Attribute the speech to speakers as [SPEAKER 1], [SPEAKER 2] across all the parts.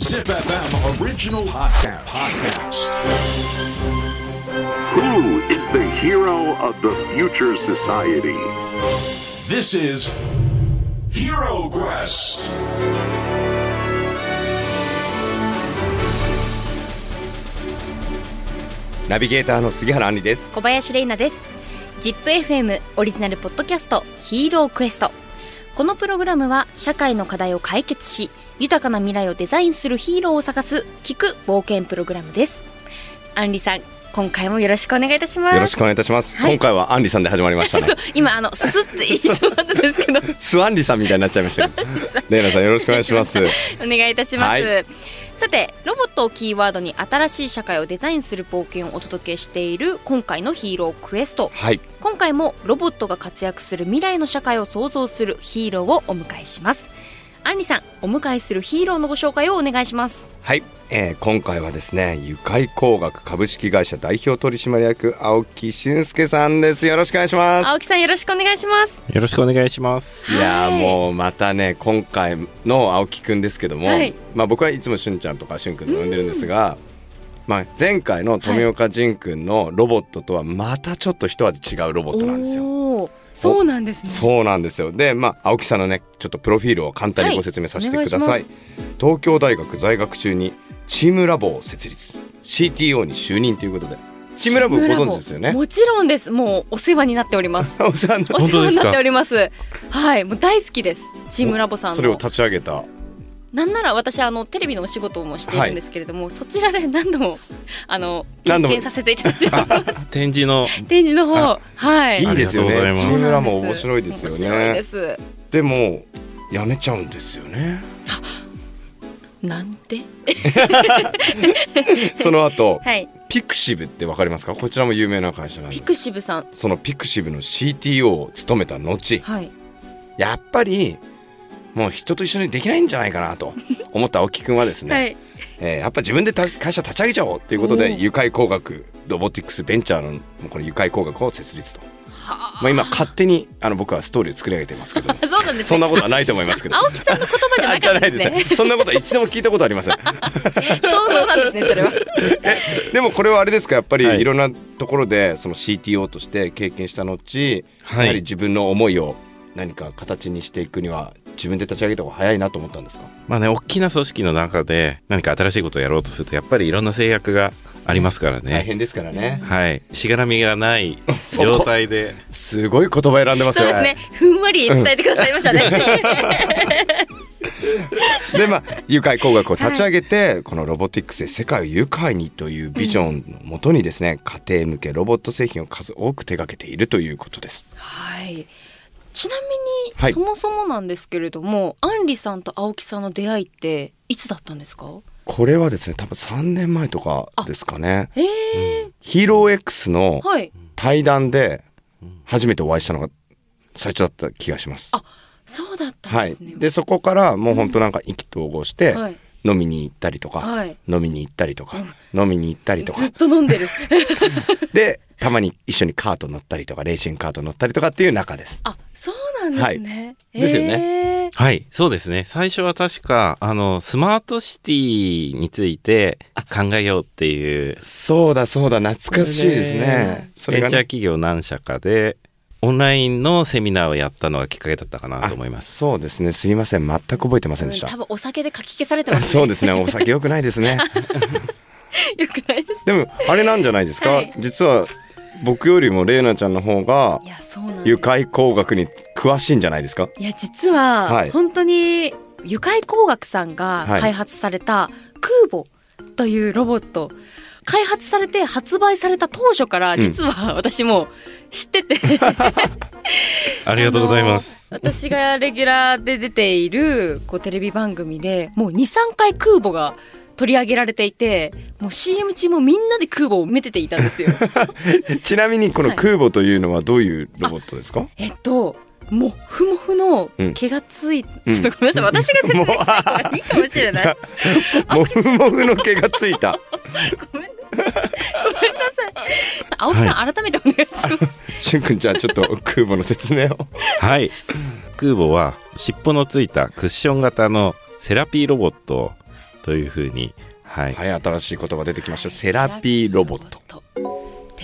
[SPEAKER 1] Zip FM original podcast. podcast.
[SPEAKER 2] Who is the hero of the future society?
[SPEAKER 1] This is Hero Quest.
[SPEAKER 3] ナビゲーターの杉原杏里です。
[SPEAKER 4] 小林玲奈です ZIPFM オリジナルポッドキャストヒーロークエストこのプログラムは社会の課題を解決し豊かな未来をデザインするヒーローを探す聞く冒険プログラムですアンリさん今回もよろしくお願いいたします
[SPEAKER 3] よろしくお願いいたします。
[SPEAKER 4] はい
[SPEAKER 3] 今回は杏里さんで始まりました
[SPEAKER 4] そう
[SPEAKER 3] ね。
[SPEAKER 4] 今あのススって言いそうなんですけど
[SPEAKER 3] スワンリさんみたいになっちゃいま したけど。レイナさんよろしくお願いします。
[SPEAKER 4] お願いいたします、
[SPEAKER 3] は
[SPEAKER 4] さてロボットをキーワードに新しい社会をデザインする冒険をお届けしている今回のヒーロークエスト
[SPEAKER 3] はい。
[SPEAKER 4] 今回もロボットが活躍する未来の社会を創造するヒーローをお迎えしますアンリさんお迎えするヒーローのご紹介をお願いします
[SPEAKER 3] はい、えー今回はですね、ゆかい工学株式会社代表取締役青木俊介さんです。よろしくお願いしま
[SPEAKER 4] 青木さんよろしくお願いします
[SPEAKER 5] よろしくお願いします。
[SPEAKER 3] す。いやー
[SPEAKER 4] はい
[SPEAKER 3] もうまたね今回の青木くんですけども、
[SPEAKER 4] はい
[SPEAKER 3] まあ僕はいつもしゅんちゃんとかしゅんくんと呼んでるんですが、まあ前回の富岡仁くんのロボットとはまたちょっと一味違うロボットなんですよ。
[SPEAKER 4] おーそうなんですね
[SPEAKER 3] そうなんですよで、まあ、青木さんのねちょっとプロフィールを簡単にご説明させてください,、
[SPEAKER 4] はいお願いし
[SPEAKER 3] 東京大学在学中にチームラボを設立 CTO に就任ということでチームラボご
[SPEAKER 4] チームラボ
[SPEAKER 3] 存知ですよね
[SPEAKER 4] もちろんですもうお世話になっております
[SPEAKER 3] 青木さん
[SPEAKER 4] お世
[SPEAKER 5] 当
[SPEAKER 4] 話
[SPEAKER 5] で
[SPEAKER 4] に
[SPEAKER 5] すか
[SPEAKER 4] なっておりますはいもう大好きですチームラボさん
[SPEAKER 3] それを
[SPEAKER 4] の
[SPEAKER 3] 立ち上げた
[SPEAKER 4] なんなら私あのテレビのお仕事もしているんですけれども、そちらで何度もあの
[SPEAKER 3] 何
[SPEAKER 4] 経
[SPEAKER 3] 度も
[SPEAKER 4] 験させていただい てます
[SPEAKER 5] 展示の
[SPEAKER 4] 展示の方はい
[SPEAKER 3] いいですよね
[SPEAKER 5] ありがとうございます
[SPEAKER 3] チームラボ面白いですよね
[SPEAKER 4] 面白いです
[SPEAKER 3] でもやめちゃうんですよね
[SPEAKER 4] なんで
[SPEAKER 3] その後、
[SPEAKER 4] はい
[SPEAKER 3] ピクシブってわかりますかこちらも有名な会社なんで
[SPEAKER 4] ピ
[SPEAKER 3] す
[SPEAKER 4] クシブさん
[SPEAKER 3] そのピクシブの CTO を務めた後
[SPEAKER 4] はい
[SPEAKER 3] やっぱりもう人と一緒にできないんじゃないかな と思った青木くんはですね、
[SPEAKER 4] はい
[SPEAKER 3] えーやっぱ自分でた会社立ち上げちゃおうということで
[SPEAKER 4] おー
[SPEAKER 3] 愉快工学ロボティクスベンチャーのこの愉快工学を設立と、
[SPEAKER 4] は
[SPEAKER 3] まあ、今勝手にあの僕はストーリーを作り上げてますけど も
[SPEAKER 4] あそうなんですね
[SPEAKER 3] そんなことはないと思いますけど
[SPEAKER 4] 青木さんの言葉じゃ
[SPEAKER 3] あ じゃな
[SPEAKER 4] なかった
[SPEAKER 3] い
[SPEAKER 4] で
[SPEAKER 3] ですすね
[SPEAKER 4] ね
[SPEAKER 3] そんなことは一度も聞いたことありません
[SPEAKER 4] そうそうなんですねそれは
[SPEAKER 3] でもこれはあれですかやっぱ
[SPEAKER 5] は
[SPEAKER 3] り
[SPEAKER 5] い
[SPEAKER 3] いろんなところでその CTO として経験した後、
[SPEAKER 5] はい
[SPEAKER 3] やはり自分の思いを何か形にしていくには自分で立ち上げた方が早いなと思ったんですか
[SPEAKER 5] まあね大きな組織の中で何か新しいことをやろうとするとやっぱりいろんな制約がありますから
[SPEAKER 3] 大
[SPEAKER 5] ね。
[SPEAKER 3] 変ですからね、
[SPEAKER 5] はい、しがらみがない 状態で
[SPEAKER 3] すごい言葉選んでます
[SPEAKER 4] そう
[SPEAKER 3] よ
[SPEAKER 4] ですねふんわり伝えてくださいましたね
[SPEAKER 3] でまあ愉快工学を立ち上げて、このロボティックスで世界を愉快にというビジョンのもとにですね、家庭向けロボット製品を数多く手掛けているということです。
[SPEAKER 4] はいちなみに、
[SPEAKER 3] はい
[SPEAKER 4] そもそもなんですけれどもアンリさんと青木さんの出会いっていつだったんですか
[SPEAKER 3] これはですね多分3年前とかですかね
[SPEAKER 4] ええ
[SPEAKER 3] ヒーロー X の
[SPEAKER 4] ー、はい
[SPEAKER 3] 対談で初めてお会いしたのが最初だった気がします。
[SPEAKER 4] あそうだった
[SPEAKER 3] は
[SPEAKER 4] んで
[SPEAKER 3] い
[SPEAKER 4] す、ね
[SPEAKER 3] でそこからもう本当なんか意気投合して
[SPEAKER 4] はい
[SPEAKER 3] 飲みに行ったりとか、
[SPEAKER 4] はい
[SPEAKER 3] 飲みに行ったりとか、飲みに行ったりとか
[SPEAKER 4] ずっと飲 んでる
[SPEAKER 3] でたまに一緒にカート乗ったりとかレーシングカート乗ったりとかっていう中です。
[SPEAKER 4] あそうなんですね、
[SPEAKER 3] はいですよね
[SPEAKER 4] えー
[SPEAKER 5] はいそうですね最初は確かあのスマートシティについて考えようっていう
[SPEAKER 3] そうだそうだ懐かしいですね。それ
[SPEAKER 5] ベ
[SPEAKER 3] が
[SPEAKER 5] ンチャー
[SPEAKER 3] ね
[SPEAKER 5] 企業何社かでオンラインのセミナーをやったのがきっかけだったかなと思います。
[SPEAKER 3] そうですね。すいません全く覚えてませんでし
[SPEAKER 4] 多
[SPEAKER 3] た。
[SPEAKER 4] 分お酒でかき消されてます ね
[SPEAKER 3] そうですね。お酒良くないですね。
[SPEAKER 4] よくないです
[SPEAKER 3] でもあれなんじゃないですか。
[SPEAKER 4] はい
[SPEAKER 3] 実は僕よりもレイナちゃんの方が
[SPEAKER 4] いやそうなんです
[SPEAKER 3] 愉快工学に詳しいんじゃないですか。
[SPEAKER 4] いや実は、
[SPEAKER 3] はい
[SPEAKER 4] 本当に愉快工学さんが
[SPEAKER 3] はい
[SPEAKER 4] 開発された空母というロボット、開発されて発売された当初から
[SPEAKER 3] ん
[SPEAKER 4] 実は私も知ってて、
[SPEAKER 5] ありがとうございます。
[SPEAKER 4] あの私がレギュラーで出ているこうテレビ番組でもう23回空母が取り上げられていてもう CM 中もみんなで空母をめでていたんですよ。
[SPEAKER 3] ちなみにこの空母というのはどういうロボットですか。
[SPEAKER 4] えっと、もふもふの
[SPEAKER 3] うん
[SPEAKER 4] 毛がつい、
[SPEAKER 3] うん
[SPEAKER 4] ちょっとごめんなさい、私が説明した方がいいかもしれない。
[SPEAKER 3] もふもふの毛がついた。
[SPEAKER 4] ごめんなさい。ごめんなさい。青木さん、改めてお願いします。
[SPEAKER 3] しゅんくんじゃあちょっと空母の説明を。
[SPEAKER 5] はい空母は尻尾のついたクッション型のセラピーロボットというふうに、はい
[SPEAKER 3] はい、新しい言葉出てきました。セラピーロボット。
[SPEAKER 4] トで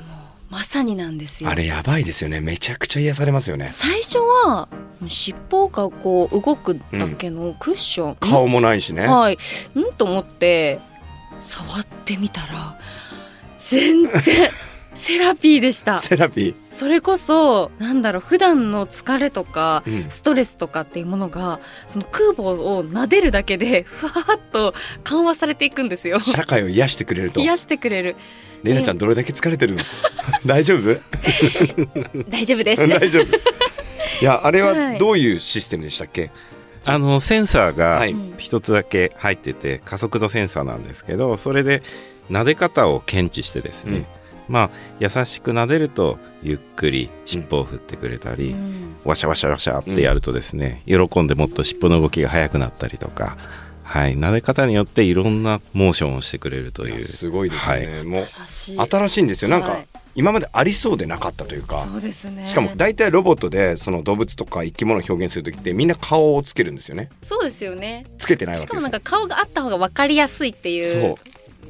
[SPEAKER 4] もまさになんですよ
[SPEAKER 3] あれやばいですよね。めちゃくちゃ癒されますよね。
[SPEAKER 4] 最初は尻尾がこう動くだけのクッション、
[SPEAKER 3] 顔もないしね。
[SPEAKER 4] はい、んと思って触ってみたら全然セラピーでした
[SPEAKER 3] セラピ
[SPEAKER 4] それこそなんだろう普段の疲れとか
[SPEAKER 3] ー。うん
[SPEAKER 4] ストレスとかっていうものがその空母を撫でるだけでふわーっと緩和されていくんですよ
[SPEAKER 3] 社会を癒してくれると。
[SPEAKER 4] 癒してくれる
[SPEAKER 3] レナちゃんどれだけ疲れてる の？大丈夫？
[SPEAKER 4] 大丈夫です
[SPEAKER 3] 大丈夫。いやあれ
[SPEAKER 4] は
[SPEAKER 3] はいどういうシステムでしたっけ？
[SPEAKER 5] あのセンサーが
[SPEAKER 3] はい
[SPEAKER 4] うん
[SPEAKER 5] 一つだけ入ってて加速度センサーなんですけどそれで撫で方を検知してですね、まあ優しく撫でるとゆっくり尻尾を振ってくれたり、
[SPEAKER 4] うん
[SPEAKER 5] ワシャワシャワシャってやるとですね、喜んでもっと尻尾の動きが速くなったりとか、はい、撫で方によっていろんなモーションをしてくれるという。
[SPEAKER 3] すごいですね。
[SPEAKER 5] は
[SPEAKER 3] もう
[SPEAKER 4] らしい
[SPEAKER 3] 新しいんですよ。なん
[SPEAKER 4] は
[SPEAKER 3] か
[SPEAKER 4] い
[SPEAKER 3] 今までありそうでなかったというか。
[SPEAKER 4] そうですね
[SPEAKER 3] しかも大体ロボットでその動物とか生き物を表現するときってみんな顔をつけるんですよね。
[SPEAKER 4] そうですよね
[SPEAKER 3] つけてないわ
[SPEAKER 4] し
[SPEAKER 3] け
[SPEAKER 4] か
[SPEAKER 3] で
[SPEAKER 4] も
[SPEAKER 3] す
[SPEAKER 4] な
[SPEAKER 3] よ
[SPEAKER 4] んか顔があった方が分かりやすいっていう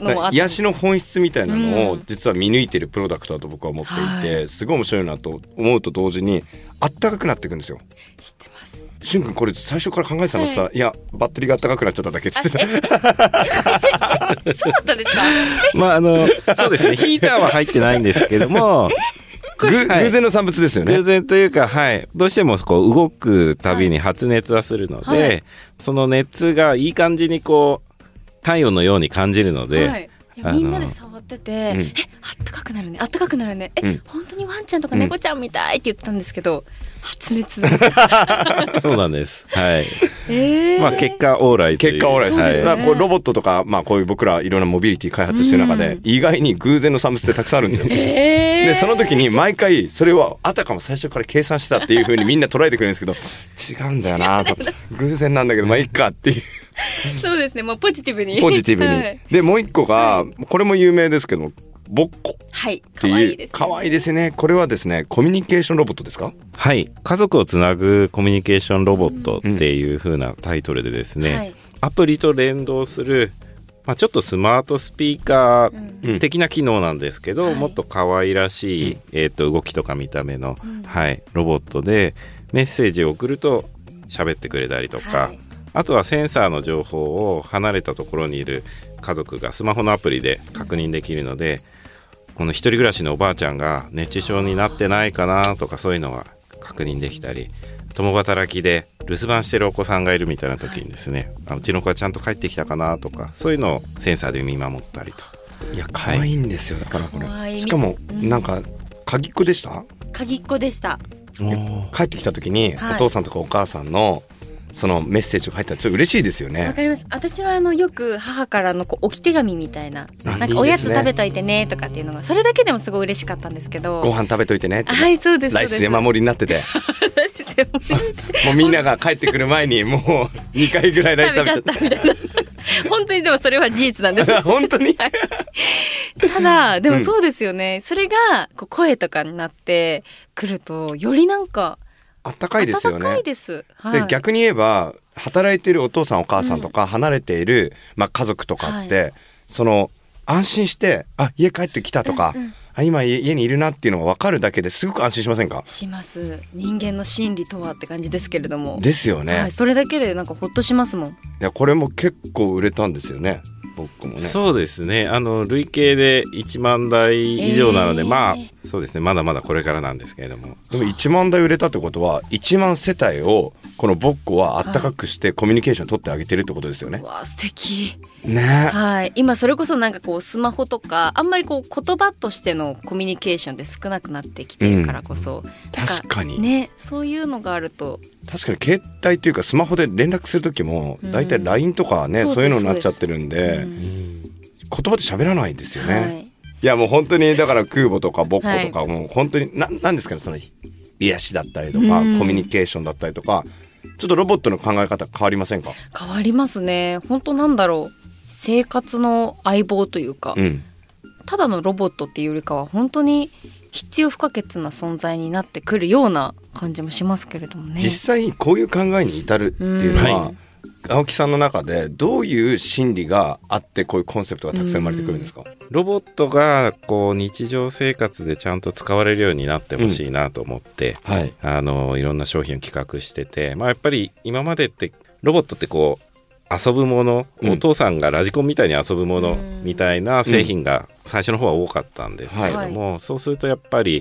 [SPEAKER 4] の
[SPEAKER 3] だ
[SPEAKER 4] もあ
[SPEAKER 3] か
[SPEAKER 4] った
[SPEAKER 3] ら癒しの本質みたいなの
[SPEAKER 4] う
[SPEAKER 3] を
[SPEAKER 4] ん
[SPEAKER 3] 実は見抜いてるプロダクトだと僕は思っていて、
[SPEAKER 4] は
[SPEAKER 3] すごい面白いなと思うと同時にあったかくなっていくんですよ。
[SPEAKER 4] 知ってます
[SPEAKER 3] しゅんくんこれ最初から考えてたのさ、い、やバッテリーがあったかくなっちゃっただけっつって た。
[SPEAKER 4] えそうだったんですか
[SPEAKER 5] まああのそうですねヒーターは入ってないんですけども
[SPEAKER 3] ぐ
[SPEAKER 5] はい
[SPEAKER 3] 偶然の産物ですよね
[SPEAKER 5] 偶。然というか、はい、どうしてもこう動くたびに発熱はするので、
[SPEAKER 4] はいはい
[SPEAKER 5] その熱がいい感じにこう体温のように感じるので、
[SPEAKER 4] はいいや
[SPEAKER 5] あの
[SPEAKER 4] みんなで触ってて、
[SPEAKER 3] うん
[SPEAKER 4] えあったかくなるねあったかくなるねえ、
[SPEAKER 3] うん
[SPEAKER 4] 本当にワンちゃんとか
[SPEAKER 3] うん
[SPEAKER 4] 猫ちゃんみたいって言ってたんですけど、発熱だ
[SPEAKER 5] そうなんです、はい
[SPEAKER 4] えー
[SPEAKER 5] まあ、結果オーライという
[SPEAKER 3] 結果オーライです
[SPEAKER 4] そう
[SPEAKER 3] ね。
[SPEAKER 4] ですね
[SPEAKER 3] だからこうロボットとか、まあ、こういう僕らいろんなモビリティ開発してる中で、
[SPEAKER 4] うん
[SPEAKER 3] 意外に偶然の産物ってたくさんあるんですよ。
[SPEAKER 4] えー
[SPEAKER 3] でその時に毎回それをあたかも最初から計算してたっていう風にみんな捉えてくれるんですけど違うんだよなと偶然なんだけどまあいっかっていう
[SPEAKER 4] そうですねもうポジティブに
[SPEAKER 3] ポジティブに。
[SPEAKER 4] はい、
[SPEAKER 3] でもう一個がこれも有名ですけどボッコ
[SPEAKER 4] はい、
[SPEAKER 3] っ
[SPEAKER 4] か
[SPEAKER 3] て
[SPEAKER 4] わいい
[SPEAKER 3] い
[SPEAKER 4] で
[SPEAKER 3] う
[SPEAKER 4] す、ね、
[SPEAKER 3] 可愛いですねこれはですねコミュニケーションロボットですか
[SPEAKER 5] はい、家族をつなぐコミュニケーションロボットっていう風なタイトルでですね、
[SPEAKER 4] はい
[SPEAKER 5] アプリと連動する、まあ、ちょっとスマートスピーカ
[SPEAKER 4] う
[SPEAKER 5] ー
[SPEAKER 4] ん
[SPEAKER 3] うん
[SPEAKER 5] 的な機能なんですけど、
[SPEAKER 4] はい
[SPEAKER 5] もっと可愛らしい、
[SPEAKER 3] うん
[SPEAKER 5] えー、と動きとか見た目の、
[SPEAKER 4] うん
[SPEAKER 5] はい、ロボットでメッセージを送ると喋ってくれたりとか、
[SPEAKER 4] はい
[SPEAKER 5] あとはセンサーの情報を離れたところにいる家族がスマホのアプリで確認できるので、この一人暮らしのおばあちゃんが熱中症になってないかなとかそういうのが確認できたり共働きで留守番してるお子さんがいるみたいな時にですね、あうちの子はちゃんと帰ってきたかなとかそういうのをセンサーで見守ったりと
[SPEAKER 3] いや可愛いんですよだからこ
[SPEAKER 4] 可愛
[SPEAKER 3] れ
[SPEAKER 4] い
[SPEAKER 3] しかも
[SPEAKER 4] うん
[SPEAKER 3] なんか鍵っ子でした
[SPEAKER 4] 鍵っ子でした
[SPEAKER 3] 帰ってきた時に
[SPEAKER 4] はい
[SPEAKER 3] お父さんとかお母さんのそのメッセージが入ったらちょっと嬉しいですよ
[SPEAKER 4] わ
[SPEAKER 3] ね
[SPEAKER 4] かります私はあのよく母からのこう置き手紙みたいな
[SPEAKER 3] あ
[SPEAKER 4] なん
[SPEAKER 3] いいです
[SPEAKER 4] か
[SPEAKER 3] ね
[SPEAKER 4] おやつ食べといてねとかっていうのがそれだけでもすごい嬉しかったんですけど
[SPEAKER 3] ご飯食べといてねって
[SPEAKER 4] はいそうですそう
[SPEAKER 3] ラ
[SPEAKER 4] で
[SPEAKER 3] イ
[SPEAKER 4] す
[SPEAKER 3] ス山盛りになってて
[SPEAKER 4] ライス山盛り
[SPEAKER 3] もうみんなが帰ってくる前にもう2回ぐらいライス食べちゃっ
[SPEAKER 4] 食べちゃったみたいな 本当にでもそれは事実なんです
[SPEAKER 3] た 本当に
[SPEAKER 4] ただで
[SPEAKER 3] う
[SPEAKER 4] も
[SPEAKER 3] ん
[SPEAKER 4] そうですよね、それがこう声とかになってくるとよりなんか
[SPEAKER 3] あったかいですよ
[SPEAKER 4] 温か
[SPEAKER 3] ね
[SPEAKER 4] いですはい
[SPEAKER 3] で逆に言えば働いてるお父さんお母さんとか離れている、まあ、家族とかって、その安心してあ家帰ってきたとか、
[SPEAKER 4] うんうん
[SPEAKER 3] あ今家家にいるなっていうのが分かるだけですごく安心しませんか
[SPEAKER 4] します人間の心理とはって感じですけれども
[SPEAKER 3] ですよね、
[SPEAKER 4] はい、それだけでなんかほっとしますもん
[SPEAKER 3] いやこれも結構売れたんですよね僕もね
[SPEAKER 5] そうですねあの累計で1万台以上なの
[SPEAKER 4] え
[SPEAKER 5] で、
[SPEAKER 4] ー
[SPEAKER 5] まあそうですねまだまだこれからなんですけれども
[SPEAKER 3] でも1万台売れたってことは1万世帯をこのぼっこはあったかくしてコミュニケーション取ってあげてるってことですよね
[SPEAKER 4] う。わあ素敵
[SPEAKER 3] ね
[SPEAKER 4] はい今それこそなんかこうスマホとかあんまりこう言葉としてのコミュニケーションで少なくなってきてるからこそ、なん
[SPEAKER 3] 確かに
[SPEAKER 4] ねそういうのがあると
[SPEAKER 3] 確かに携帯というかスマホで連絡する時も大体 LINE とかね、
[SPEAKER 4] うん
[SPEAKER 3] そういうのになっちゃってるんで
[SPEAKER 4] うん
[SPEAKER 3] 言葉で喋らないですよね。、
[SPEAKER 4] はいい
[SPEAKER 3] やもう本当にだから空母とかボッコとかもう本当にななんですかねその癒しだったりとか、
[SPEAKER 4] うん
[SPEAKER 3] コミュニケーションだったりとかちょっとロボットの考え方変わりませんか、
[SPEAKER 4] 変わりますね本当なんだろう生活の相棒というか、
[SPEAKER 3] うん、
[SPEAKER 4] ただのロボットっていうよりかは本当に必要不可欠な存在になってくるような感じもしますけれどもね
[SPEAKER 3] 実際こういう考えに至るっていうのは、
[SPEAKER 5] はい
[SPEAKER 3] 青木さんの中でどういう心理があってこういうコンセプトがたくさん生まれてくるんですか、
[SPEAKER 5] ロボットがこう日常生活でちゃんと使われるようになってほしいなと思って、
[SPEAKER 3] はい
[SPEAKER 5] あのいろんな商品を企画してて、まあ、やっぱり今までってロボットってこう遊ぶもの、
[SPEAKER 3] うん
[SPEAKER 5] お父さんがラジコンみたいに遊ぶものみたいな製品が最初の方は多かったんですけれども、そうするとやっぱり